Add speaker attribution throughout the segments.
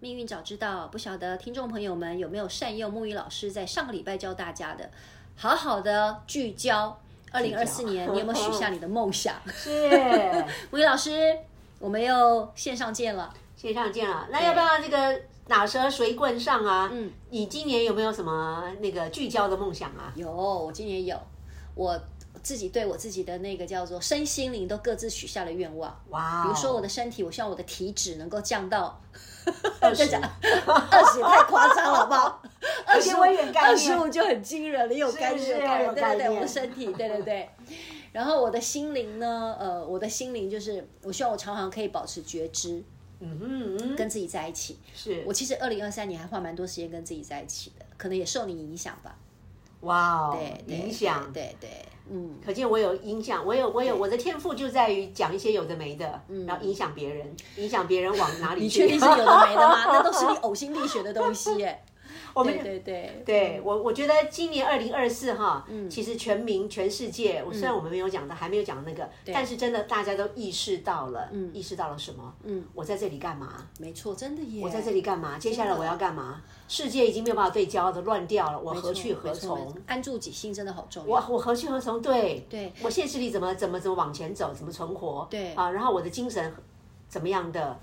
Speaker 1: 命运早知道，不晓得听众朋友们有没有善用木鱼老师在上个礼拜教大家的，好好的聚焦。二零二四年，你有没有许下你的梦想？
Speaker 2: 是
Speaker 1: 木鱼老师，我们又线上见了。
Speaker 2: 线上见了，那要不要这个哪蛇谁棍上啊？嗯，你今年有没有什么那个聚焦的梦想啊？
Speaker 1: 有，我今年有，我自己对我自己的那个叫做身心灵都各自许下了愿望。
Speaker 2: 哇哦
Speaker 1: 比如说我的身体，我希望我的体脂能够降到
Speaker 2: 二
Speaker 1: 再讲二 十也太夸张了，好不好？
Speaker 2: 而且我远概
Speaker 1: 二十
Speaker 2: 念
Speaker 1: 五就很惊人了，有概
Speaker 2: 是
Speaker 1: 念，有概念，
Speaker 2: 有
Speaker 1: 对
Speaker 2: 概
Speaker 1: 对对，
Speaker 2: 念
Speaker 1: 我的身体，对对 对。然后我的心灵呢，呃，我的心灵就是，我希望我常常可以保持觉知，
Speaker 2: 嗯嗯嗯，
Speaker 1: 跟自己在一起。
Speaker 2: 是
Speaker 1: 我其实二零二三年还花蛮多时间跟自己在一起的，可能也受你影响吧。
Speaker 2: 哇哦，
Speaker 1: 对对
Speaker 2: 影响。
Speaker 1: 对对，对嗯，
Speaker 2: 可见我有影响，我有我有我的天赋就在于讲一些有的没的，然后影响别人，影响别人往 哪里去。
Speaker 1: 你确定是有的没的吗？那都是你呕心沥血的东西 耶。
Speaker 2: 我们
Speaker 1: 对对对嗯
Speaker 2: 对我，我觉得今年二零二四哈，其实全民全世界，
Speaker 1: 嗯
Speaker 2: 我虽然我们没有讲到，还没有讲那个，但是真的大家都意识到了，意识到了什么？嗯，我在这里干嘛？
Speaker 1: 没错，真的耶。我
Speaker 2: 我在这里干嘛？接下来我要干嘛？世界已经没有办法对焦的乱掉了，我何去何从？
Speaker 1: 安住己心真的好重要。
Speaker 2: 我我何去何从？对
Speaker 1: 对，
Speaker 2: 我现实里怎么怎么怎么往前走，怎么存活？
Speaker 1: 对
Speaker 2: 啊，然后我的精神怎么样的？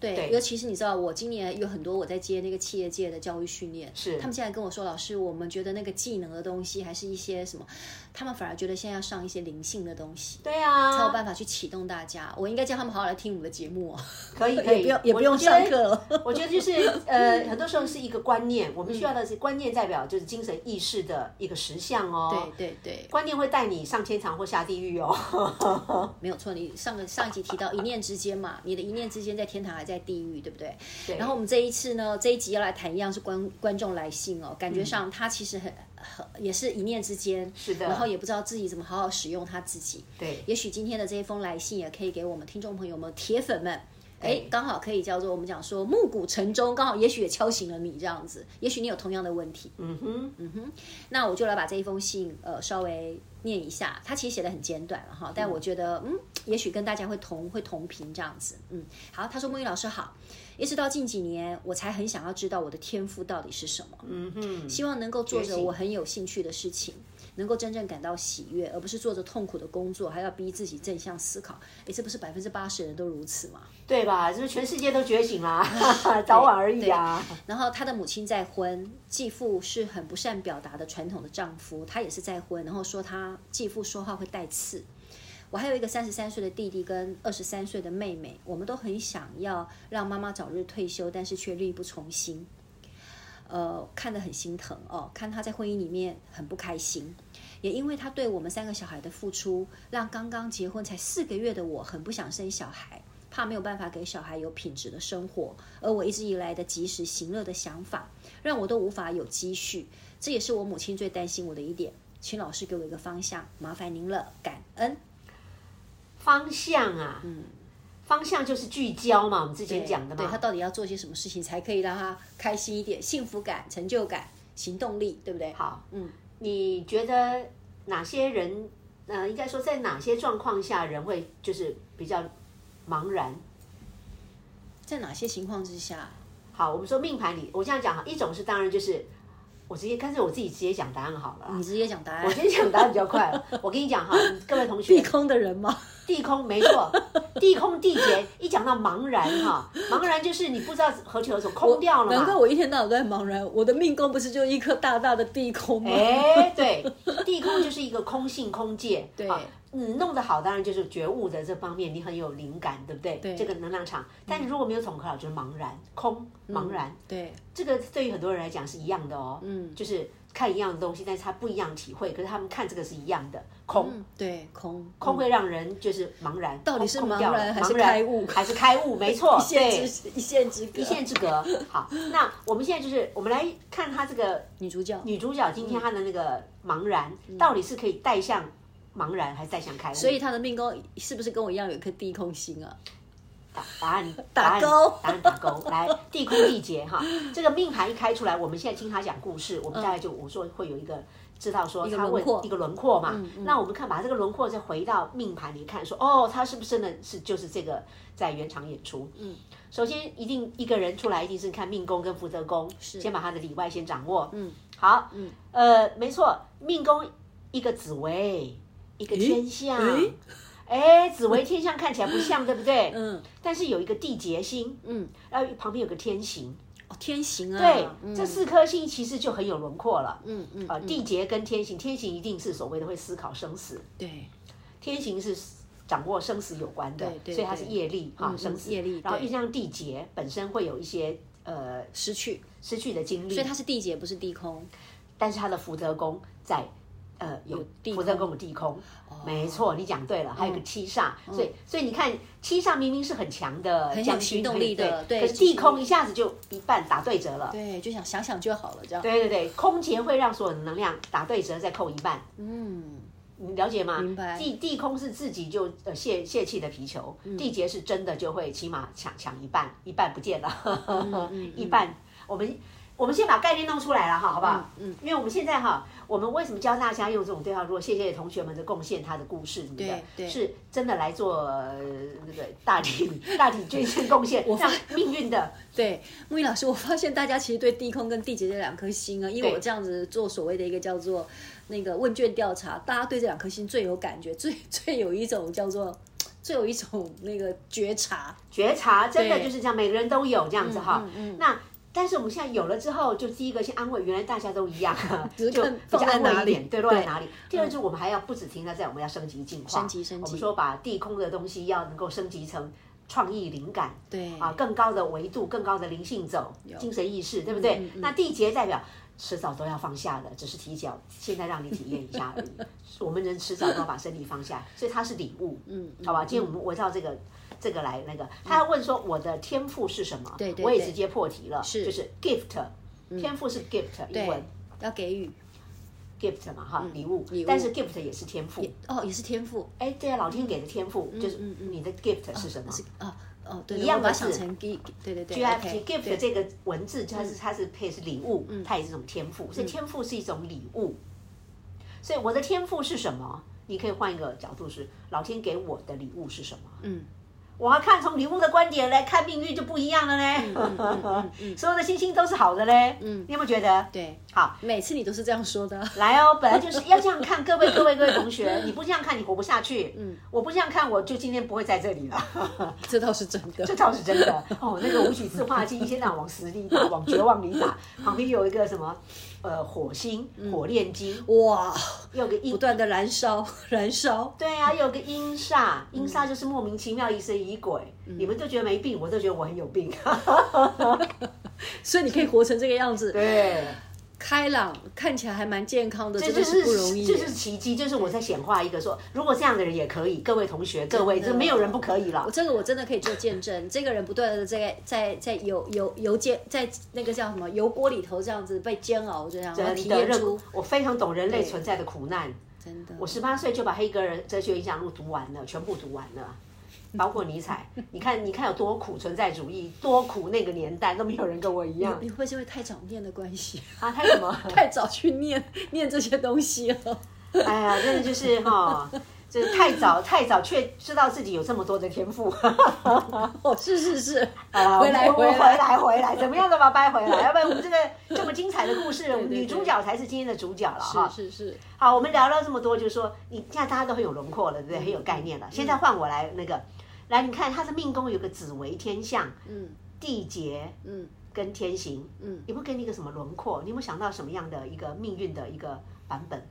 Speaker 1: 对，尤其是你知道，我今年有很多我在接那个企业界的教育训练，
Speaker 2: 是
Speaker 1: 他们现在跟我说，老师，我们觉得那个技能的东西，还是一些什么，他们反而觉得现在要上一些灵性的东西。
Speaker 2: 对啊，
Speaker 1: 才有办法去启动大家，我应该叫他们好好来听我们的节目、哦，
Speaker 2: 可以可
Speaker 1: 也
Speaker 2: 以，
Speaker 1: 不用也
Speaker 2: 我
Speaker 1: 不用
Speaker 2: 我觉得
Speaker 1: 上课哦了。
Speaker 2: 我觉得就是呃，很多时候是一个观念，我们需要的是观念，代表就是精神意识的一个实相哦。
Speaker 1: 对对对，
Speaker 2: 观念会带你上天堂或下地狱哦。
Speaker 1: 没有错，你上个上一集提到一念之间嘛，你的一念之间在天堂还在地狱，对不对？
Speaker 2: 对
Speaker 1: 然后我们这一次呢，这一集要来谈一样是观观众来信哦，感觉上他其实很很也是一念之间，
Speaker 2: 是的
Speaker 1: 然后也不知道自己怎么好好使用他自己。
Speaker 2: 对，
Speaker 1: 也许今天的这一封来信也可以给我们听众朋友们、铁粉们。哎，刚好可以叫做我们讲说暮鼓晨钟，刚好也许也敲醒了你这样子，也许你有同样的问题，
Speaker 2: 嗯哼，
Speaker 1: 那我就来把这一封信呃稍微念一下，它其实写的很简短了哈，但我觉得嗯，也许跟大家会同会同频这样子，嗯，好，他说孟玉老师好，一直到近几年我才很想要知道我的天赋到底是什么，
Speaker 2: 嗯哼，
Speaker 1: 希望能够做
Speaker 2: 觉
Speaker 1: 着
Speaker 2: 醒
Speaker 1: 我很有兴趣的事情，能够真正感到喜悦，而不是做着痛苦的工作，还要逼自己正向思考，诶，这不是百分之八十人都如此吗？
Speaker 2: 对吧？就是全世界都觉 醒啦，早晚而已啊。
Speaker 1: 然后他的母亲再婚，继父是很不善表达的传统的丈夫，他也是再婚，然后说他继父说话会带刺。我还有一个三十三岁的弟弟跟二十三岁的妹妹，我们都很想要让妈妈早日退休，但是却力不从心。呃，看得很心疼哦，看他在婚姻里面很不开心，也因为他对我们三个小孩的付出，让刚刚结婚才四个月的我很不想生小孩，怕没有办法给小孩有品质的生活，而我一直以来的及时行乐的想法，让我都无法有积蓄，这也是我母亲最担心我的一点。请老师给我一个方向，麻烦您了，感恩。
Speaker 2: 方向啊，嗯，方向就是聚焦嘛，我们之前讲的
Speaker 1: 对
Speaker 2: 嘛
Speaker 1: 他。到底要做些什么事情才可以让他开心一点，幸福感、成就感、行动力，对不对？
Speaker 2: 好，
Speaker 1: 嗯，
Speaker 2: 你觉得哪些人？呃，应该说在哪些状况下人会就是比较茫然？
Speaker 1: 在哪些情况之下？
Speaker 2: 好，我们说命盘里，我这样讲哈，一种是当然就是我直接干脆我自己直接讲答案好了啊啦
Speaker 1: 你。直接讲答
Speaker 2: 嗯我
Speaker 1: 案。
Speaker 2: 先讲答案比较快了。我跟你讲哈，各位同
Speaker 1: 避
Speaker 2: 学，
Speaker 1: 空的人吗？
Speaker 2: 地空没错，地空地劫一讲到茫然哈，茫然就是你不知道何去何从，空掉了
Speaker 1: 难怪
Speaker 2: 嘛。
Speaker 1: 我一天到晚都在茫然。我的命宫不是就一颗大大的地空吗？
Speaker 2: 哎，对，地空就是一个空性空界，
Speaker 1: 对
Speaker 2: 啊你弄得好，当然就是觉悟的这方面，你很有灵感，对不对？对这个能量场。但你如果没有统合好，就是茫然、空、茫然。
Speaker 1: 对，
Speaker 2: 这个对于很多人来讲是一样的哦。嗯，就是看一样的东西，但是他不一样体会，可是他们看这个是一样的空。
Speaker 1: 嗯对，空
Speaker 2: 空会让人就是茫然，
Speaker 1: 到底是
Speaker 2: 空空
Speaker 1: 茫
Speaker 2: 掉了
Speaker 1: 然还是
Speaker 2: 茫然
Speaker 1: 开悟
Speaker 2: 还是开 悟？没错，
Speaker 1: 一线
Speaker 2: 对
Speaker 1: 之一线之隔，
Speaker 2: 一线之隔。好，那我们现在就是我们来看他这个
Speaker 1: 女主角。
Speaker 2: 女主角今天她的那个茫然，到底是可以带向茫然，还是带向开悟？
Speaker 1: 嗯所以她的命宫是不是跟我一样有一颗地空心啊？
Speaker 2: 答答案
Speaker 1: 打
Speaker 2: 案
Speaker 1: 勾
Speaker 2: 答案打勾。来，地空地劫哈，这个命盘一开出来，我们现在听他讲故事，我们大概就我说会有一个知道
Speaker 1: 嗯
Speaker 2: 说
Speaker 1: 一个
Speaker 2: 他问
Speaker 1: 轮廓嗯
Speaker 2: 一个轮廓嘛。那我们看把这个轮廓再回到命盘里看，说哦，他是不是真的是就是这个在原厂演出？嗯，首先一定一个人出来一定是看命宫跟福德宫，先把他的里外先掌握。嗯，好，嗯，呃，没错，命宫一个紫薇，一个天象。
Speaker 1: 诶
Speaker 2: 哎，紫薇天象看起来不像，对不对？
Speaker 1: 嗯，
Speaker 2: 但是有一个地劫星，嗯，然后旁边有个天刑，
Speaker 1: 哦，天行啊，
Speaker 2: 对，
Speaker 1: 嗯
Speaker 2: 这四颗星其实就很有轮廓了。
Speaker 1: 嗯嗯
Speaker 2: 啊、地劫跟天刑，天刑一定是所谓的会思考生死，
Speaker 1: 对，
Speaker 2: 天刑是掌握生死有关的，
Speaker 1: 对
Speaker 2: 所以它是业力哈、
Speaker 1: 嗯
Speaker 2: 生死
Speaker 1: 业力
Speaker 2: 然后
Speaker 1: 对
Speaker 2: 遇上地劫本身会有一些呃
Speaker 1: 失去，
Speaker 2: 失去的经历，
Speaker 1: 所以她是地劫，不是地空。
Speaker 2: 但是他的福德宫在呃有
Speaker 1: 地哦嗯
Speaker 2: 福德宫有地空，没错，你讲对了，还有个七煞，所以所以你看七煞明明是很强的
Speaker 1: 很有
Speaker 2: 将军，
Speaker 1: 行动力的对
Speaker 2: 可是地空一下子就一半打对折了。
Speaker 1: 对，就想想想就好了，这样。
Speaker 2: 对对对，空劫会让所有的能量打对折，再扣一半，
Speaker 1: 嗯，
Speaker 2: 你了解吗？
Speaker 1: 明白嗯
Speaker 2: 地地空是自己就呃泄泄气的皮球，地劫是真的就会起码抢抢一半，一半不见了，
Speaker 1: 嗯
Speaker 2: 一半我们。我们先把概念弄出来了哈，好不好？嗯，因为我们现在哈，我们为什么教大家用这种对话？如果谢谢同学们的贡献，他的故事什么的
Speaker 1: 对，对
Speaker 2: 是真的来做呃那个 大体大体捐献贡献，让命运的
Speaker 1: 对，哎木易老师，我发现大家其实对地空跟地劫这两颗星啊，因为
Speaker 2: 对
Speaker 1: 我这样子做所谓的一个叫做那个问卷调查，大家对这两颗星最有感觉， 最最有一种叫做最有一种那个觉察。
Speaker 2: 觉察，真的
Speaker 1: 对
Speaker 2: 就是这样，每个人都有这样子哈。
Speaker 1: 嗯嗯
Speaker 2: 那但是我们现在有了之后，就第一个先安慰，原来大家都 一样，
Speaker 1: 只是
Speaker 2: 就
Speaker 1: 看
Speaker 2: 比较
Speaker 1: 放在
Speaker 2: 安慰
Speaker 1: 哪
Speaker 2: 一
Speaker 1: 里
Speaker 2: 点，对，落在
Speaker 1: 对
Speaker 2: 哪里。第二就是我们还要不止停留在我们要升级进化，
Speaker 1: 升级升级
Speaker 2: 我们说把地空的东西要能够升级成创意灵感，
Speaker 1: 对
Speaker 2: 啊，更高的维度、更高的灵性走、精神意识，对不对？
Speaker 1: 嗯
Speaker 2: 那地劫代表迟早都要放下的，只是提脚，现在让你体验一下 而已。我们人迟早都要把身体放下，所以它是礼物，嗯，好吧？今天我们围绕这个。这个来那个，他要问说我的天赋是什么？
Speaker 1: 嗯对对
Speaker 2: 我也
Speaker 1: 对
Speaker 2: 直接破题了，
Speaker 1: 是嗯
Speaker 2: 就是 gift，、天赋是 gift 英文
Speaker 1: 对，要给予
Speaker 2: gift 嘛哈，礼物，
Speaker 1: 礼物
Speaker 2: 但是 gift 也是天赋，
Speaker 1: 哦，也是天赋。
Speaker 2: 哎，对啊，老天给的天赋、就是
Speaker 1: 嗯嗯
Speaker 2: 你的 gift 是什么？
Speaker 1: 是哦哦，对，
Speaker 2: 一样
Speaker 1: 我把
Speaker 2: 的
Speaker 1: 它想
Speaker 2: 字
Speaker 1: 成 g 对对对
Speaker 2: G F T
Speaker 1: OK，
Speaker 2: gift
Speaker 1: 对嗯
Speaker 2: 这个文字，它是它是配是礼物，它也是一种天赋，所以天赋是一种礼物。所以我的天赋是什么？你可以换一个角度是，老天给我的礼物是什么？
Speaker 1: 嗯，
Speaker 2: 我要看从礼物的观点来看命运就不一样了
Speaker 1: 嗯
Speaker 2: 呢。所有的星星都是好的嘞。嗯，你有没有觉得？
Speaker 1: 对，
Speaker 2: 好，
Speaker 1: 每次你都是这样说的啊，
Speaker 2: 来哦，本来就是要这样看，各位各位各位同学，你不这样看你活不下去。嗯，我不这样看，我就今天不会在这里了。
Speaker 1: 这倒是真的
Speaker 2: 这。倒是真的哦，那个武曲自化镜，现在往死里打，往绝望里打。旁边有一个什么，呃，火星
Speaker 1: 嗯
Speaker 2: 火炼金，
Speaker 1: 哇，
Speaker 2: 又有个
Speaker 1: 不
Speaker 2: 阴，
Speaker 1: 断的燃烧， 燃烧，
Speaker 2: 对啊，又有个阴煞，阴煞就是莫名其妙疑神疑鬼。
Speaker 1: 嗯
Speaker 2: 你们都觉得没病，我都觉得我很有 病。
Speaker 1: 所以你可以活成这个样子，
Speaker 2: 对，
Speaker 1: 开朗，看起来还蛮健康的，
Speaker 2: 这
Speaker 1: 真
Speaker 2: 就
Speaker 1: 的
Speaker 2: 是
Speaker 1: 是不容易
Speaker 2: 这
Speaker 1: 耶。
Speaker 2: 就是奇迹，就是我在显化一个说，如果这样的人也可以，各位同学，各位，
Speaker 1: 真的
Speaker 2: 这没有人不可以了
Speaker 1: 我。这个我真的可以做见 证，这个人不断的在在在油油油煎，在那个叫什么油锅里头这样子被煎熬这样，然后体
Speaker 2: 真的，
Speaker 1: 验
Speaker 2: 认
Speaker 1: 出
Speaker 2: 我非常懂人类存在的苦难。
Speaker 1: 真的，
Speaker 2: 我十八岁就把黑格尔哲学影响录读完了，全部读完了，包括尼采。 你看，你看有多苦，存在主义多苦，那个年代都没有人跟我一样
Speaker 1: 你会不会是因为太早念 的关系，
Speaker 2: 啊！他什么？
Speaker 1: 太早去念念这些东西了？
Speaker 2: 哎呀，真的就是哈、就是太早太早却知道自己有这么多的天赋。
Speaker 1: 哦，是是是，
Speaker 2: 啊
Speaker 1: 回来
Speaker 2: 我我
Speaker 1: 回
Speaker 2: 回
Speaker 1: 来
Speaker 2: 来回来，怎么样都把它掰回来，要不然我们 这个这么精彩的故事，
Speaker 1: 对对
Speaker 2: 女主角才是今天的主角了哈。
Speaker 1: 啊是是是，
Speaker 2: 好，我们聊了这么多，就是说，你现在大家都很有轮廓了，对
Speaker 1: 嗯
Speaker 2: 不对？很有概念了。现在换我来那个，来，你看他的命宫有个紫微天象，
Speaker 1: 嗯
Speaker 2: 地劫
Speaker 1: 嗯
Speaker 2: 跟天刑，
Speaker 1: 嗯，
Speaker 2: 有没有给你一个什么轮廓？你有没有想到什么样的一个命运的一个版本？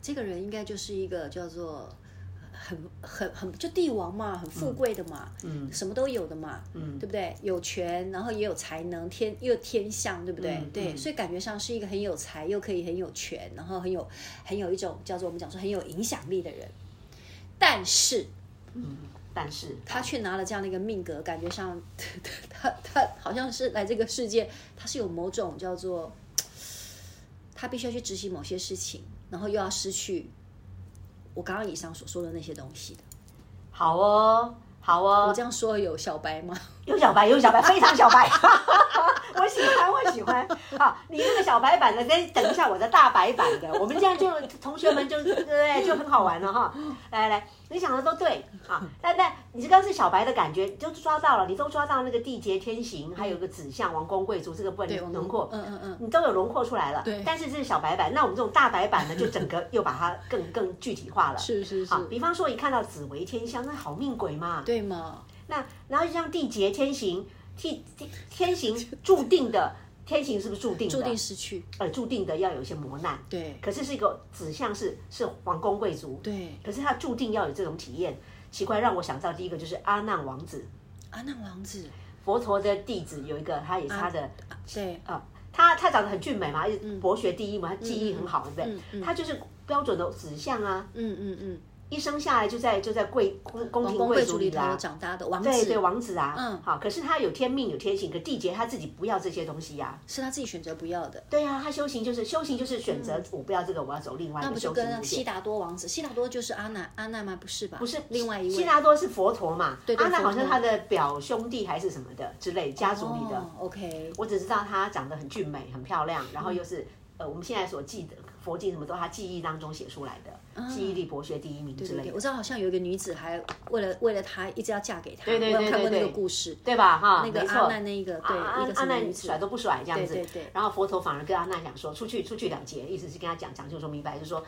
Speaker 1: 这个人应该就是一个叫做很很很就帝王嘛，很富贵的嘛，嗯，什么都有的嘛，嗯，对不对？有权，然后也有才能，天又天相，对不对？
Speaker 2: 嗯
Speaker 1: 对，
Speaker 2: 嗯
Speaker 1: 所以感觉上是一个很有才，又可以很有权，然后很有很有一种叫做我们讲说很有影响力的人。但是嗯
Speaker 2: 但是
Speaker 1: 他却拿了这样的一个命格，感觉上 他他好像是来这个世界，他是有某种叫做他必须要去执行某些事情，然后又要失去我刚刚以上所说的那些东西的。
Speaker 2: 好哦，好哦
Speaker 1: 我，这样说有小白吗？
Speaker 2: 有小白，有小白，非常小白， 我喜欢，我喜欢。好，你那个小白版的，再等一下我的大白版的，我们这样就同学们就对不对，就很好玩了哈。来来，你想的都对啊，但但你这刚是小白的感觉，你就抓到了，你都抓到那个地劫天行，还有个子相王公贵族这个部分轮廓，
Speaker 1: 嗯嗯嗯，
Speaker 2: 你都有轮廓出来了。对但是这是小白版，那我们这种大白版呢，就整 个又把它更更具体化了。
Speaker 1: 是是是
Speaker 2: 啊，比方说一看到紫薇天香，那好命鬼嘛，
Speaker 1: 对嘛？
Speaker 2: 那然后就像地劫天行，地天 天行注定的，天行是不是注定的？
Speaker 1: 注定失去。
Speaker 2: 呃注定的要有一些磨难。
Speaker 1: 对
Speaker 2: 可是是一个指向是是王公贵族，
Speaker 1: 对，哦
Speaker 2: 可是他注定要有这种体验。奇怪，让我想到第一个就是阿难王子，
Speaker 1: 啊，那王子，
Speaker 2: 佛陀的弟子有一个，他也是他的
Speaker 1: 对，
Speaker 2: 啊，他他长得很俊美嘛，博学第一嘛，他记忆很好，对不对？
Speaker 1: 嗯嗯
Speaker 2: 他就是标准的指向啊，
Speaker 1: 嗯嗯嗯，
Speaker 2: 一生下来就在就在贵宫宫廷
Speaker 1: 王
Speaker 2: 贵
Speaker 1: 贵
Speaker 2: 族
Speaker 1: 族
Speaker 2: 里
Speaker 1: 里
Speaker 2: 啦、
Speaker 1: 头长大的王
Speaker 2: 对对，
Speaker 1: 子，
Speaker 2: 王子啊，
Speaker 1: 嗯
Speaker 2: 好，可是他有天命有天性，可地劫他自己不要这些东西呀、
Speaker 1: 是他自己选择不要的。
Speaker 2: 对啊，他修行就是修行就是选择我不要这个，我要走另外一
Speaker 1: 嗯不就
Speaker 2: 个修行
Speaker 1: 跟啊
Speaker 2: 路
Speaker 1: 悉
Speaker 2: 线。
Speaker 1: 达多王子，悉达多就是阿难，阿难吗？不是吧？不
Speaker 2: 是
Speaker 1: 另外一位。
Speaker 2: 悉达多是佛陀嘛？
Speaker 1: 对
Speaker 2: 阿难好
Speaker 1: 佛
Speaker 2: 像
Speaker 1: 陀
Speaker 2: 他的表兄弟还是什么的之类，家族里的。
Speaker 1: 哦、OK，
Speaker 2: 我只知道他长得很俊美，很漂亮，然后又
Speaker 1: 嗯
Speaker 2: 是、呃我们现在所记的佛经什么都他记忆当中写出来的，记忆力博学第一名之
Speaker 1: 对
Speaker 2: 类
Speaker 1: 啊对，
Speaker 2: 的，
Speaker 1: 我知道好像有一个女子还为了为了他一直要嫁给他，
Speaker 2: 对对
Speaker 1: 我
Speaker 2: 对
Speaker 1: 有看过
Speaker 2: 对
Speaker 1: 那个
Speaker 2: 对
Speaker 1: 故事，
Speaker 2: 对吧？啊哈，
Speaker 1: 那个
Speaker 2: 没错
Speaker 1: 阿难那一个对、
Speaker 2: 啊
Speaker 1: 一个
Speaker 2: 阿
Speaker 1: 什么
Speaker 2: 难
Speaker 1: 女子
Speaker 2: 甩都不甩这样子，
Speaker 1: 对对对
Speaker 2: 然后佛陀反而跟阿难讲说，出去出去了结，意思是跟他讲讲就说明白，就说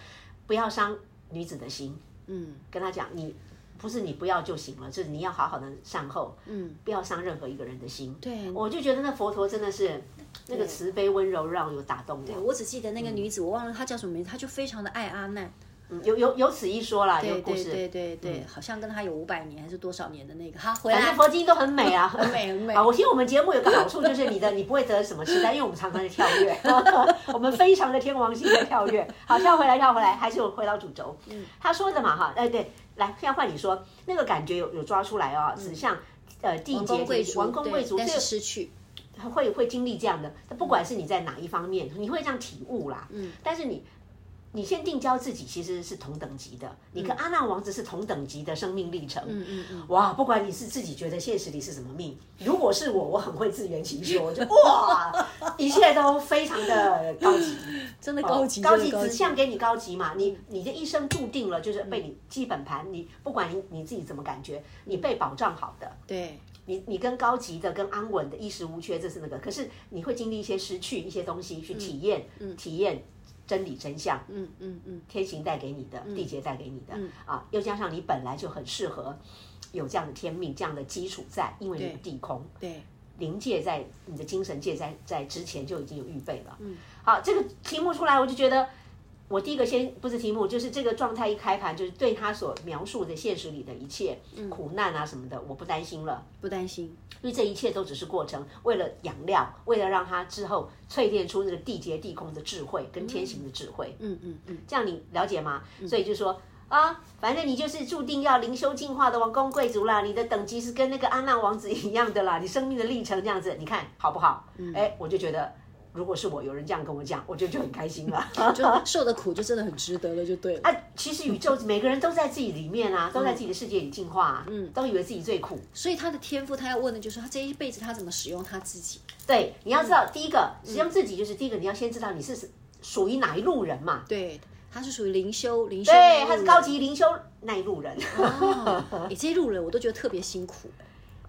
Speaker 2: 不要伤女子的心，
Speaker 1: 嗯
Speaker 2: 跟他讲你不是你不要就行了，就是你要好好的善后，
Speaker 1: 嗯，
Speaker 2: 不要伤任何一个人的心。
Speaker 1: 对
Speaker 2: 我就觉得那佛陀真的是那个慈悲温柔让我有打动我。
Speaker 1: 我只记得那个女子，我忘了她叫什么名字，她就非常的爱阿难，
Speaker 2: 嗯有有有此一说啦，有
Speaker 1: 对
Speaker 2: 故
Speaker 1: 对
Speaker 2: 事。嗯
Speaker 1: 对对对，好像跟他有五百年还是多少年的那个，好回
Speaker 2: 反
Speaker 1: 来
Speaker 2: 正佛经都很美 啊，
Speaker 1: 很美很美
Speaker 2: 啊，我听我们节目有个好处就是你的你不会得什么痴呆，因为我们常常在跳 跃，我们非常的天王星在跳跃。好，跳回来跳回来，还是有回到主轴。
Speaker 1: 嗯
Speaker 2: 他说的嘛哈，哎对，来现在换你说，那个感觉有有抓出来哦，指向呃地
Speaker 1: 嗯王
Speaker 2: 劫
Speaker 1: 公贵族，
Speaker 2: 王公贵族，
Speaker 1: 对但
Speaker 2: 这
Speaker 1: 是
Speaker 2: 个
Speaker 1: 失去，
Speaker 2: 会会经历这样的，不管是你在哪一方面，
Speaker 1: 嗯
Speaker 2: 你会这样体悟啦。嗯，但是你。你先定交自己其实是同等级的，你跟阿难王子是同等级的生命历程。嗯
Speaker 1: 嗯嗯，
Speaker 2: 哇，不管你是自己觉得现实里是什么命，如果是我，我很会自圆其说，我 就哇，一切都非常的高级，
Speaker 1: 真的 高级，
Speaker 2: 嗯高
Speaker 1: 真
Speaker 2: 级
Speaker 1: 的高
Speaker 2: 指
Speaker 1: 级，
Speaker 2: 向给你高级嘛，你你的一生注定了就是被你基本盘，你不管你你自己怎么感觉，你被保障好的，
Speaker 1: 对
Speaker 2: 你你跟高级的、跟安稳的、衣食无缺，这是那个，可是你会经历一些失去一些东西，去体验，体验真理真相，
Speaker 1: 嗯嗯嗯，
Speaker 2: 天行带给你的，地劫带给你的、啊，又加上你本来就很适合有这样的天命、这样的基础在，因为你有地空
Speaker 1: 对，
Speaker 2: 灵界在你的精神界在在之前就已经有预备了。嗯，好，这个题目出来，我就觉得我第一个先不是题目，就是这个状态一开盘，就是对他所描述的现实里的一切、
Speaker 1: 嗯
Speaker 2: 苦难啊什么的，我不担心了。
Speaker 1: 不担心，
Speaker 2: 因为这一切都只是过程，为了养料，为了让他之后淬炼出那个地劫地空的智慧跟天行的智慧。
Speaker 1: 嗯嗯嗯，
Speaker 2: 这样你了解吗？所以就说啊，反正你就是注定要灵修进化的王公贵族啦，你的等级是跟那个阿难王子一样的啦，你 生命的历程这样子，你看好不好？哎、
Speaker 1: 嗯
Speaker 2: 我就觉得，如果是我有人这样跟我讲，我就就很开心了。
Speaker 1: 就受的苦就真的很值得了，就对了，
Speaker 2: 啊， 其实宇宙每个人都在自己里面啊，都在自己的世界里进化、啊，嗯，都以为自己最苦。
Speaker 1: 嗯所以他的天赋，他要问的就是他这一辈子他怎么使用他自己。
Speaker 2: 对，你要知道，第一个
Speaker 1: 嗯
Speaker 2: 实际上自己就是第一个，你要先知道你是属于哪一路人嘛。
Speaker 1: 对，他是属于灵修，灵修那一
Speaker 2: 对，
Speaker 1: 路
Speaker 2: 他是高级灵修那一路人，
Speaker 1: 哦，你、这些路人我都觉得特别辛苦，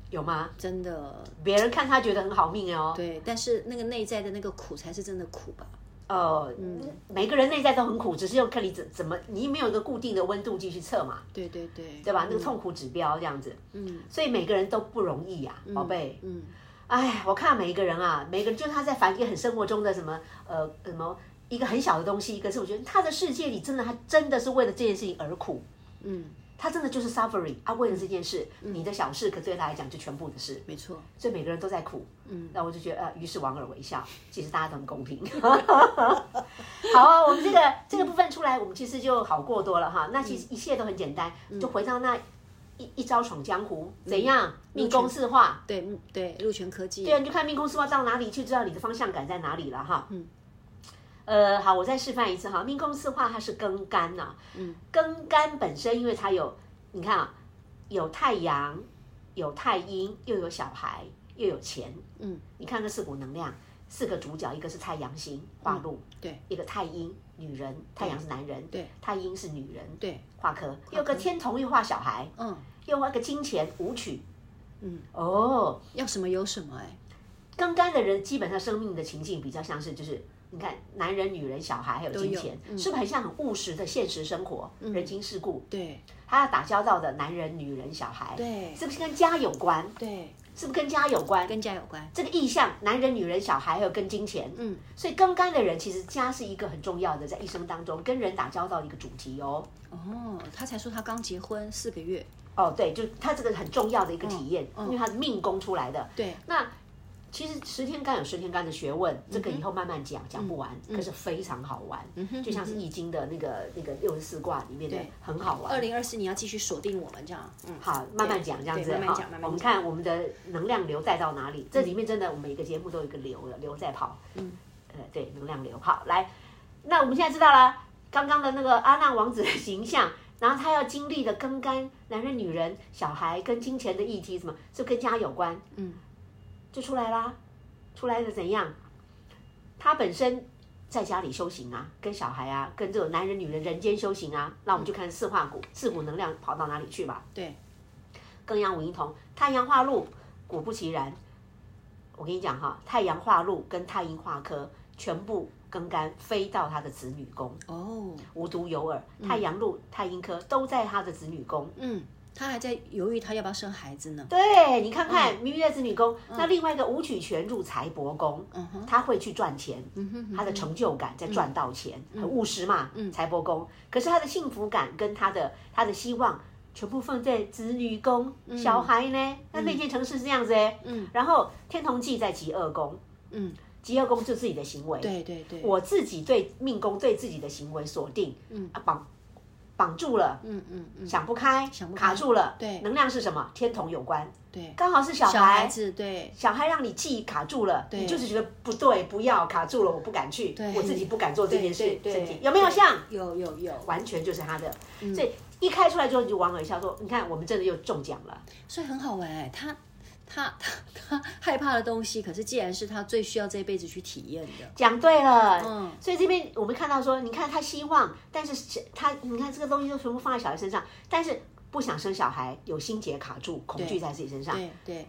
Speaker 2: 有吗？
Speaker 1: 真的。
Speaker 2: 别人看他觉得很好命哦。
Speaker 1: 对，但是那个内在的那个苦才是真的苦吧？
Speaker 2: 呃，
Speaker 1: 嗯
Speaker 2: 每个人内在都很苦，只是用看你怎怎么，你没有一个固定的温度计去测嘛，
Speaker 1: 对对对，嗯
Speaker 2: 对吧？那个痛苦指标这样子，嗯，所以每个人都不容易呀、宝贝。
Speaker 1: 嗯，
Speaker 2: 哎，我看每一个人啊，每个人就是他在反映很生活中的什么呃什么一个很小的东西，可是我觉得他的世界里真的他真的是为了这件事情而苦，
Speaker 1: 嗯
Speaker 2: 他真的就是 suffering 啊，为了这件事，你的小事可对他来讲就全部的事，
Speaker 1: 没错，
Speaker 2: 所以每个人都在苦，嗯，那我就觉得呃，于是莞尔微笑，其实大家都很公平。 好啊，我们这个这个部分出来，我们其实就好过多了哈。那其实一切都很简单，就回到那一一招闯江湖，怎样命公式化？
Speaker 1: 对嗯对，鹿泉科技，
Speaker 2: 对啊，你就看命公式化到哪里去，知道你的方向感在哪里了哈。嗯。呃，好，我再示范一次哈。命宫四化它是庚干呐、嗯，庚干本身因为它有，你看啊，有太阳，有太阴，又有小孩，又有钱，嗯，你看这四股能量，四个主角，一个是太阳星化禄、
Speaker 1: 对，
Speaker 2: 一个太阴女人，太阳是男人，
Speaker 1: 对，
Speaker 2: 太阴是女人，
Speaker 1: 对，
Speaker 2: 化科，又个天同又化小孩，
Speaker 1: 嗯，
Speaker 2: 又化个金钱舞曲，嗯，哦，
Speaker 1: 要什么有什么哎、
Speaker 2: 庚干的人基本上生命的情境比较像是就是。你看，男人、女人、小孩还有金钱，是不是很像很务实的现实生活、人情世故？
Speaker 1: 对
Speaker 2: 他要打交道的男人、女人、小孩，
Speaker 1: 对
Speaker 2: 是不是跟家有关？
Speaker 1: 对，
Speaker 2: 是不是跟家有关？
Speaker 1: 跟家有关，
Speaker 2: 这个意向，男人、女人、小孩，还有跟金钱，嗯，所以跟干的人，其实家是一个很重要的，在一生当中跟人打交道的一个主题哦。
Speaker 1: 哦，他才说他刚结婚四个月，
Speaker 2: 哦，对，就他这个很重要的一个体验，
Speaker 1: 嗯嗯
Speaker 2: 因为他是命宫出来的。
Speaker 1: 对，
Speaker 2: 那其实十天干有十天干的学问，这个以后慢慢讲，讲不完，可是非常好玩，就像是易经的那个那个六十四卦里面的
Speaker 1: 对，
Speaker 2: 很好玩
Speaker 1: 二。零二四你要继续锁定我们这样，嗯，
Speaker 2: 好，慢慢讲这样子
Speaker 1: 对慢慢讲
Speaker 2: 哈
Speaker 1: 慢慢讲嗯
Speaker 2: 我们看我们的能量流带到哪里？这里面真的，我们每个节目都有一个流的流在跑。嗯，呃，对，能量流。好，来，那我们现在知道了刚刚的那个阿难王子的形象，然后他要经历的更干男人、女人、小孩跟金钱的议题，什么，这跟家有关。
Speaker 1: 嗯，
Speaker 2: 就出来啦，出来的怎样？他本身在家里修行啊，跟小孩啊，跟这种男人、女人人间修行啊，那我们就看四化股，四股能量跑到哪里去吧。
Speaker 1: 对，
Speaker 2: 庚阳五阴同，太阳化禄，果不其然，我跟你讲哈，太阳化禄跟太阴化科全部庚干飞到他的子女宫，
Speaker 1: 哦，
Speaker 2: 无独有偶，太阳禄、太阴科都在他的子女宫。
Speaker 1: 嗯，他还在犹豫他要不要生孩子呢，
Speaker 2: 对你看看，明明在子女宫，那另外一个武曲全入财帛宫，他会去赚钱，他的成就感在赚到钱，很务实嘛，财帛宫。可是他的幸福感跟他的他的希望。全部放在子女宫，小孩呢？那内建城市是这样子哎，嗯，然后天同忌在极恶宫，
Speaker 1: 嗯，
Speaker 2: 极恶宫就自己的行为，
Speaker 1: 对对对，
Speaker 2: 我自己对命宫对自己的行为锁定，嗯啊绑绑住了，
Speaker 1: 嗯嗯嗯，
Speaker 2: 想不开，
Speaker 1: 想不开
Speaker 2: 卡住了，
Speaker 1: 对
Speaker 2: 能量是什么？天同有关，
Speaker 1: 对，
Speaker 2: 刚好是小
Speaker 1: 小
Speaker 2: 孩
Speaker 1: 孩，子对
Speaker 2: 小孩让你记卡住了，
Speaker 1: 对
Speaker 2: 你就是觉得不对，不要卡住了，我不敢去
Speaker 1: 对，
Speaker 2: 我自己不敢做这件
Speaker 1: 对
Speaker 2: 事，
Speaker 1: 对对
Speaker 2: 身
Speaker 1: 嗯
Speaker 2: 体有没有像？
Speaker 1: 有有有，
Speaker 2: 完全就是他的，所以一开出来之后你就莞尔一笑说：“你看，我们真的又中奖了。
Speaker 1: 所以很好玩哎、他他他他害怕的东西，可是既然是他最需要这一辈子去体验的”，
Speaker 2: 讲对了，
Speaker 1: 嗯
Speaker 2: 所以这边我们看到说，你看他希望，但是他你看这个东西就全部放在小孩身上，但是不想生小孩，有心结卡住，恐惧在自己身上。
Speaker 1: 对对，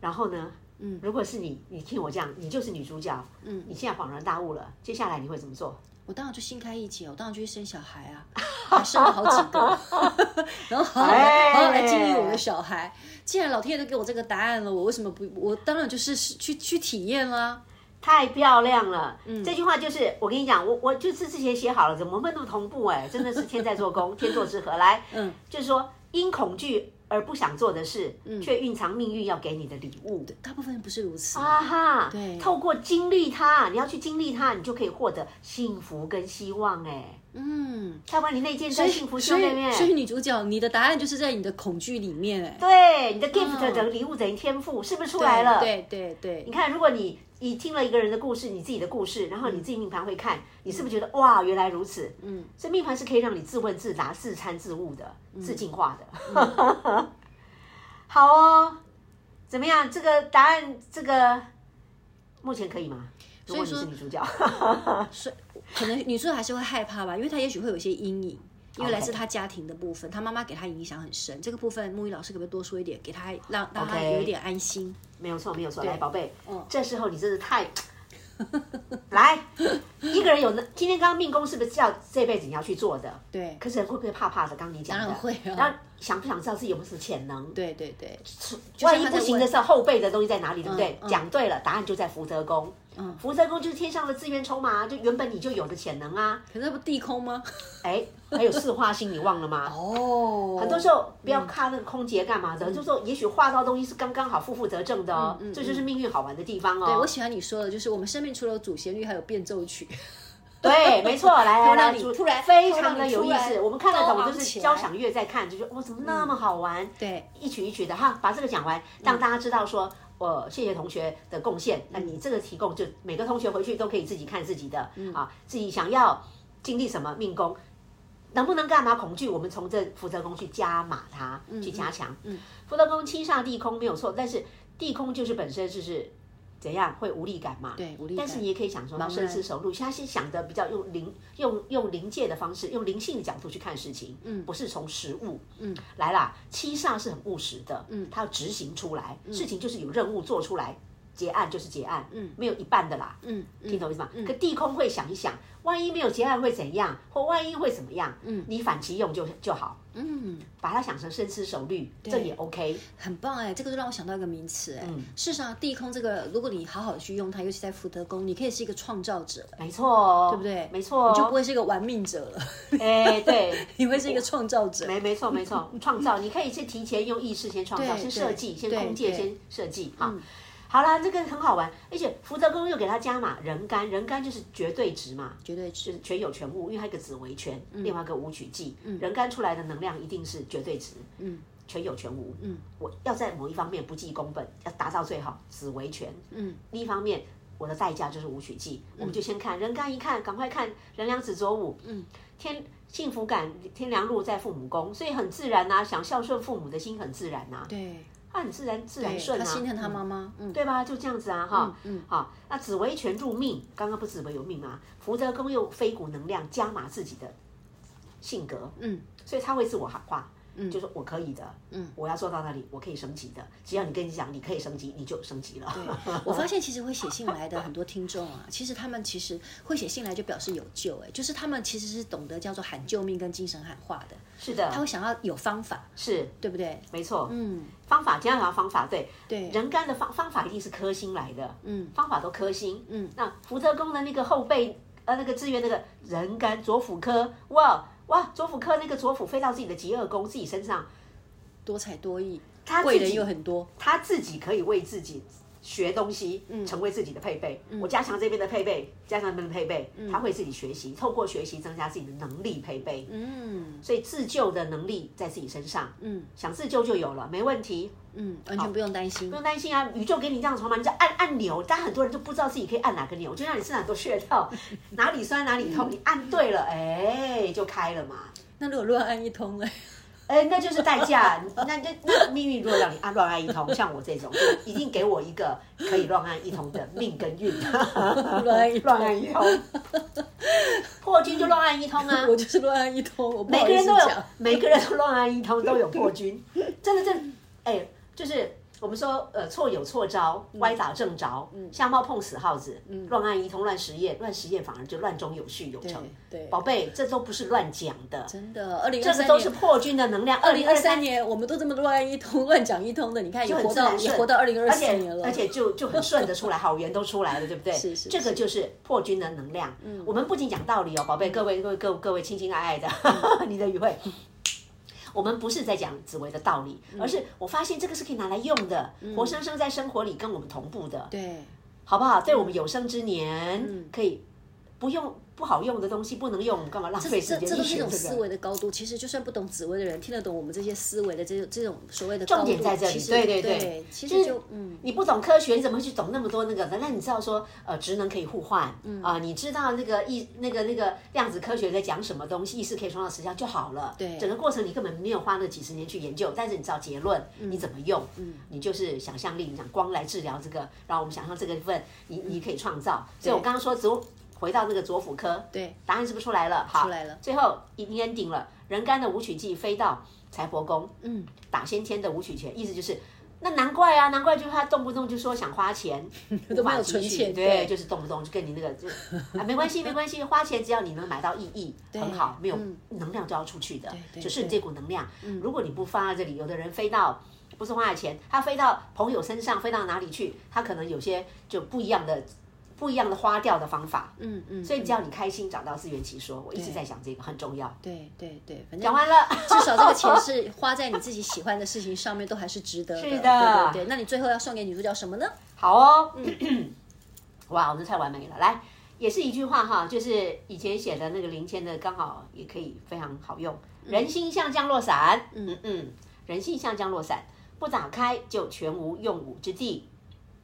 Speaker 2: 然后呢，嗯，如果是你，你听我这样，你就是女主角，嗯，你现在恍然大悟了，接下来你会怎么做？
Speaker 1: 我当然就心开意解，我当然就去生小孩啊， 还生了好几个， 然后好好来
Speaker 2: 哎
Speaker 1: 好好来经营我的小孩。既然老天爷都给我这个答案了，我为什么不？我当然就是是去去体验啊啦。
Speaker 2: 太漂亮了！
Speaker 1: 嗯
Speaker 2: 这句话就是我跟你讲，我我就是之前写好了，怎么会那么同步、哎，真的是天在 做工，天作之合。来，嗯，就是说因恐惧而不想做的事，
Speaker 1: 嗯
Speaker 2: 却蕴藏命运要给你的礼物。
Speaker 1: 大部分人不是如此
Speaker 2: 啊哈，
Speaker 1: 对
Speaker 2: 透过经历它，你要去经历它，你就可以获得幸福跟希望、哎，
Speaker 1: 嗯，
Speaker 2: 要不然你内建在幸福
Speaker 1: 所
Speaker 2: 兄妹
Speaker 1: 以
Speaker 2: 面。
Speaker 1: 所以女主角，你的答案就是在你的恐惧里面哎、
Speaker 2: 对，你的 gift
Speaker 1: 嗯
Speaker 2: 等于礼物等于天赋，是不是出来了？
Speaker 1: 对对对
Speaker 2: 你，看，如果你你听了一个人的故事，你自己的故事，然后你自己命盘会看，你是不是觉得哇，原来如此？嗯，所以命盘是可以让你自问自答、自参自悟的、
Speaker 1: 嗯
Speaker 2: 自进化的。嗯 好哦，怎么样？这个答案，这个目前可以吗？如果你
Speaker 1: 所以
Speaker 2: 是
Speaker 1: 说
Speaker 2: 女主角，
Speaker 1: 所以可能女主角还是会害怕吧，因为她也许会有一些阴影。因为来自她家庭的部分，她妈妈给她影响很深。这个部分，木鱼老师可不可以多说一点，给她让让她
Speaker 2: OK
Speaker 1: 有一点安心？
Speaker 2: 没有错，没有错。来，
Speaker 1: 对嗯
Speaker 2: 宝贝，这时候你真是太来一个人有能今天刚刚命宫是不是叫这辈子你要去做的？
Speaker 1: 对，
Speaker 2: 可是人会不会怕怕的？刚刚你讲的，
Speaker 1: 当然会啊
Speaker 2: 然后想不想知道自己有没有什么潜能？
Speaker 1: 对对对，就
Speaker 2: 万
Speaker 1: 像
Speaker 2: 一
Speaker 1: 他
Speaker 2: 不
Speaker 1: 在
Speaker 2: 行
Speaker 1: 问
Speaker 2: 的时候，后辈的东西在哪里，对不对？
Speaker 1: 嗯
Speaker 2: 讲对了，答案就在福德宫。福德宫就是天上的资源筹码啊，就原本你就有的潜能啊。
Speaker 1: 可是那不地空吗？
Speaker 2: 哎，还有四化星，你忘了吗？
Speaker 1: 哦，嗯很
Speaker 2: 很多时候不要看那个空姐干嘛的，就是说也许画到东西是刚刚好，负负得正的哦。这就是命运好玩的地方
Speaker 1: 嗯对
Speaker 2: 哦
Speaker 1: 我。喜欢你说的，就是我们生命除了有主旋律，还有变奏 曲。
Speaker 2: 对，没错，来来
Speaker 1: 让
Speaker 2: 来，
Speaker 1: 你
Speaker 2: 主
Speaker 1: 突然
Speaker 2: 非常的有
Speaker 1: 突
Speaker 2: 意
Speaker 1: 然
Speaker 2: 思，我们看得
Speaker 1: 高
Speaker 2: 懂，
Speaker 1: 昂
Speaker 2: 就
Speaker 1: 起
Speaker 2: 是
Speaker 1: 来
Speaker 2: 交响乐在看，就觉得哇，怎么那么好玩？
Speaker 1: 对，嗯
Speaker 2: 一曲一曲的哈，把这个讲完，让大家知道说，我谢谢同学的贡献。那你这个提供，就每个同学回去都可以自己看自己的
Speaker 1: 嗯
Speaker 2: 啊，自己想要经历什么命宫，能不能干嘛恐惧，我们从这福德宫去加码它，
Speaker 1: 嗯
Speaker 2: 去加强。福德宫七煞地空没有错，但是地空就是本身就是怎样会无力感嘛，
Speaker 1: 对无力
Speaker 2: 但
Speaker 1: 感
Speaker 2: 是你也可以想说他
Speaker 1: 茫
Speaker 2: 深
Speaker 1: 然
Speaker 2: 思熟路，他是想的比较用灵用用灵界的方式，用灵性的角度去看事情，嗯，不是从实物，嗯，来啦，七煞是很务实的，嗯，他要执行出来，事情就是有任务做出来。结案就是结案，嗯，没有一半的啦，嗯，听懂意思吗？可地空会想一想，万一没有结案会怎样，或万一会怎么样，嗯，你反其用就就好，
Speaker 1: 嗯，
Speaker 2: 把它想成深思熟虑，这也 OK，
Speaker 1: 很棒哎、这个就让我想到一个名词哎、
Speaker 2: 嗯
Speaker 1: 事实上，地空这个，如果你好好去用它，尤其在福德宫，你可以是一个创造者，
Speaker 2: 没错哦，对不
Speaker 1: 对，
Speaker 2: 没错哦，
Speaker 1: 你就不会是一个玩命者了，
Speaker 2: 哎，对，
Speaker 1: 你会是一个创造者。
Speaker 2: 没没错没错，创造你可以先提前用意识先创造，
Speaker 1: 对
Speaker 2: 先设计，
Speaker 1: 对
Speaker 2: 先
Speaker 1: 对
Speaker 2: 空界
Speaker 1: 对嗯
Speaker 2: 先设计哈。好啦，这个很好玩，而且福德宫又给它加码人干，人干就是绝对值嘛，
Speaker 1: 绝对
Speaker 2: 就是
Speaker 1: 值，
Speaker 2: 全有全无，因为它一个紫微全，
Speaker 1: 嗯
Speaker 2: 另外一个武曲忌，人干出来的能量一定是绝对值，嗯，全有全无，嗯，我要在某一方面不计功本，要达到最好，紫微全，嗯，另一方面。我的代价就是武曲忌，
Speaker 1: 嗯
Speaker 2: 我们就先看人干一看，赶快看人梁子左武，嗯，天幸福感天良路在父母宫，所以很自然呐、啊想孝顺父母的心很自然呐、
Speaker 1: 对，
Speaker 2: 他很自然自然顺
Speaker 1: 他
Speaker 2: 啊，
Speaker 1: 心疼他
Speaker 2: 嗯
Speaker 1: 妈妈，嗯，
Speaker 2: 对吧？就这样子啊，哈，嗯，好，那紫薇全入命，刚刚不紫薇有命吗？福德宫又飞骨能量加码自己的性格，嗯，所以他会自我喊话，嗯，就说我可以的，嗯，我要做到那里，我可以升级的，只要你跟你讲你可以升级，你就升级了，
Speaker 1: 我发现其实会写信来的很多听众啊，其实他们其实会写信来就表示有救、哎，就是他们其实是懂得叫做喊救命跟精神喊话的，
Speaker 2: 是的，
Speaker 1: 他会想要有方法，
Speaker 2: 是
Speaker 1: 对不对？
Speaker 2: 没错，
Speaker 1: 嗯，
Speaker 2: 方法，今天讲方法，对，
Speaker 1: 对，
Speaker 2: 人干的方方法一定是颗星来的，
Speaker 1: 嗯，
Speaker 2: 方法都颗星，嗯，那福德宫的那个后背呃那个资源那个人干左辅科，哇哇左辅科那个左辅飞到自己的极恶宫自己身上，
Speaker 1: 多才多艺，
Speaker 2: 他自
Speaker 1: 贵人
Speaker 2: 己
Speaker 1: 又很多，
Speaker 2: 他自己可以为自己学东西，
Speaker 1: 嗯
Speaker 2: 成为自己的配备。我加强这边的配备，加强那边的配备，
Speaker 1: 嗯
Speaker 2: 他会自己学习，透过学习增加自己的能力配备。
Speaker 1: 嗯
Speaker 2: 所以自救的能力在自己身上，
Speaker 1: 嗯
Speaker 2: 想自救就有了，没问题，
Speaker 1: 嗯，完全不用担心
Speaker 2: 不。用担心啊。宇宙给你这样的筹码，你就按按钮，但很多人就不知道自己可以按哪个钮，就像你身上很多穴道， 哪里酸哪里痛，你按对了，哎，就开了嘛。
Speaker 1: 那如果乱按一通呢？
Speaker 2: 哎，那就是代价。 那那那命运如果让你按啊乱按一通，像我这种，就一定给我一个可以乱按一通的命跟运。 乱
Speaker 1: 按一通
Speaker 2: 乱按一
Speaker 1: ！
Speaker 2: 通，破军就乱按一通啊
Speaker 1: 我就是乱按一通，我不
Speaker 2: 每
Speaker 1: 好
Speaker 2: 个
Speaker 1: 意
Speaker 2: 人
Speaker 1: 思
Speaker 2: 都有
Speaker 1: 讲。，
Speaker 2: 每个人都乱按一通，都有破军。真的，这哎，就是我们说，呃，错有错招，
Speaker 1: 嗯
Speaker 2: 歪打正着，瞎猫碰死耗子，乱按一通，乱实验，乱实验反而就乱中有序有成。
Speaker 1: 对对
Speaker 2: 宝贝，这都不是乱讲的，
Speaker 1: 真的，二零二
Speaker 2: 这个
Speaker 1: 三
Speaker 2: 都是
Speaker 1: 年，
Speaker 2: 破军的能量。二
Speaker 1: 二零二三年我们都这么乱按一通、乱讲一通的，你看也
Speaker 2: 就很
Speaker 1: 活
Speaker 2: 自
Speaker 1: 到
Speaker 2: 然
Speaker 1: 也
Speaker 2: 顺，
Speaker 1: 活到二零二四
Speaker 2: 而且
Speaker 1: 年了，
Speaker 2: 而且就就很顺的出来，好缘都出来了，对不 对？
Speaker 1: 是是嗯
Speaker 2: 这个就是破军的能量。我们不仅讲道理哦，宝贝，各位各位各位各位亲亲爱爱的，
Speaker 1: 嗯
Speaker 2: 你的语汇。我们不是在讲紫薇的道理，
Speaker 1: 嗯
Speaker 2: 而是我发现这个是可以拿来用的，活生生在生活里跟我们同步的，
Speaker 1: 对嗯
Speaker 2: 好不好？对我们有生之年可以不用不好用的东西不能用，我们干嘛浪费时
Speaker 1: 这
Speaker 2: 间
Speaker 1: 这
Speaker 2: 去
Speaker 1: 都是一
Speaker 2: 学
Speaker 1: 种
Speaker 2: 这
Speaker 1: 思
Speaker 2: 个？
Speaker 1: 维的高度。其实就算不懂紫薇的人，听得懂我们这些思维的这种这种所谓的高
Speaker 2: 重
Speaker 1: 度，
Speaker 2: 点在这里
Speaker 1: 其实
Speaker 2: 对对
Speaker 1: 对
Speaker 2: 对
Speaker 1: 其
Speaker 2: 就
Speaker 1: 实
Speaker 2: 是
Speaker 1: 就嗯，
Speaker 2: 你不懂科学，你怎么会去懂那么多那个的？那你知道说，呃，职能可以互换，啊、
Speaker 1: 嗯
Speaker 2: 你知道那个意那个那个量子科学在讲什么东西，意识可以创造实相就好了。
Speaker 1: 对嗯
Speaker 2: 整个过程你根本没有花那几十年去研究，但是你知道结论，你怎么用，你就是想象力，你想光来治疗这个，然后我们想象这个份，你
Speaker 1: 嗯
Speaker 2: 你可以创造。所以我刚刚说，只有回到那个左辅科，
Speaker 1: 对，
Speaker 2: 答案是不是出来了？好，
Speaker 1: 出来了
Speaker 2: 最后已经 ending 了，人干的武曲记飞到财帛宫，
Speaker 1: 嗯，
Speaker 2: 打先天的武曲权，意思就是。那难怪啊，难怪就是他动不动就说想花钱，
Speaker 1: 都没有
Speaker 2: 无法积
Speaker 1: 存
Speaker 2: 蓄
Speaker 1: 钱对
Speaker 2: 对，就是动不动就跟你那个就 啊，没关系，没关系，花钱只要你能买到意义，很好，没有能量就要出去的，
Speaker 1: 嗯对
Speaker 2: 就是你
Speaker 1: 对嗯
Speaker 2: 这股能量，如果你不放在这里，有的人飞到。不是花了钱，他飞到朋友身上，飞到哪里去？他可能有些就不一样的、不一样的花掉的方法。
Speaker 1: 嗯嗯，
Speaker 2: 所以
Speaker 1: 嗯
Speaker 2: 只要你开心，找到自圆其说。我一直在想这个很重要。
Speaker 1: 对对对，反正
Speaker 2: 讲完了，
Speaker 1: 至少这个钱是花在你自己喜欢的事情上面，都还是值得的。
Speaker 2: 是的
Speaker 1: 对对对。那你最后要送给女主角什么呢？
Speaker 2: 好哦， 哇，我们太完美了。来，也是一句话哈，就是以前写的那个林谦的，刚好也可以非常好用。
Speaker 1: 嗯
Speaker 2: 人心像降落伞，嗯嗯，人性像降落伞，不打开就全无用武之地，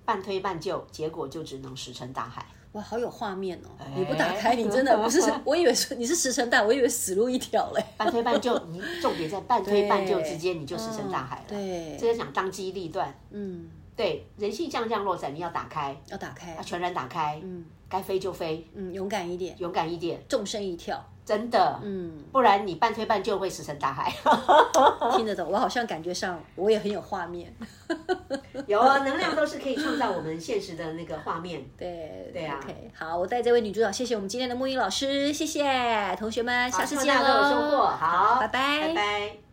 Speaker 2: 半推半就，结果就只能石沉大海。
Speaker 1: 哇，好有画面哦！
Speaker 2: 哎
Speaker 1: 你不打开，你真的不 是，我以为是你是石沉大，我以为死路一条嘞。
Speaker 2: 半推半就，你重点在半推半就之间，你就石沉大海了。
Speaker 1: 对
Speaker 2: 这是想当机立断。
Speaker 1: 嗯，
Speaker 2: 对，啊人性像降落伞，你要打开，
Speaker 1: 要打开
Speaker 2: 要，全然打开，嗯，该飞就飞，
Speaker 1: 嗯，勇敢一点，
Speaker 2: 勇敢一点，
Speaker 1: 纵身一跳，
Speaker 2: 真的，
Speaker 1: 嗯，
Speaker 2: 不然你半推半就会石沉大 海。啊
Speaker 1: 听得懂。我好像感觉上我也很有画 面。
Speaker 2: 有啊，能量都是可以创造我们现实的那个画面。
Speaker 1: 对
Speaker 2: 对啊
Speaker 1: OK，好，我带这位女主角，谢谢我们今天的木英老师，谢谢同学们，下次
Speaker 2: 希望
Speaker 1: 见
Speaker 2: 大家都有
Speaker 1: 喽，
Speaker 2: 收获。好，
Speaker 1: 拜拜，
Speaker 2: 拜拜。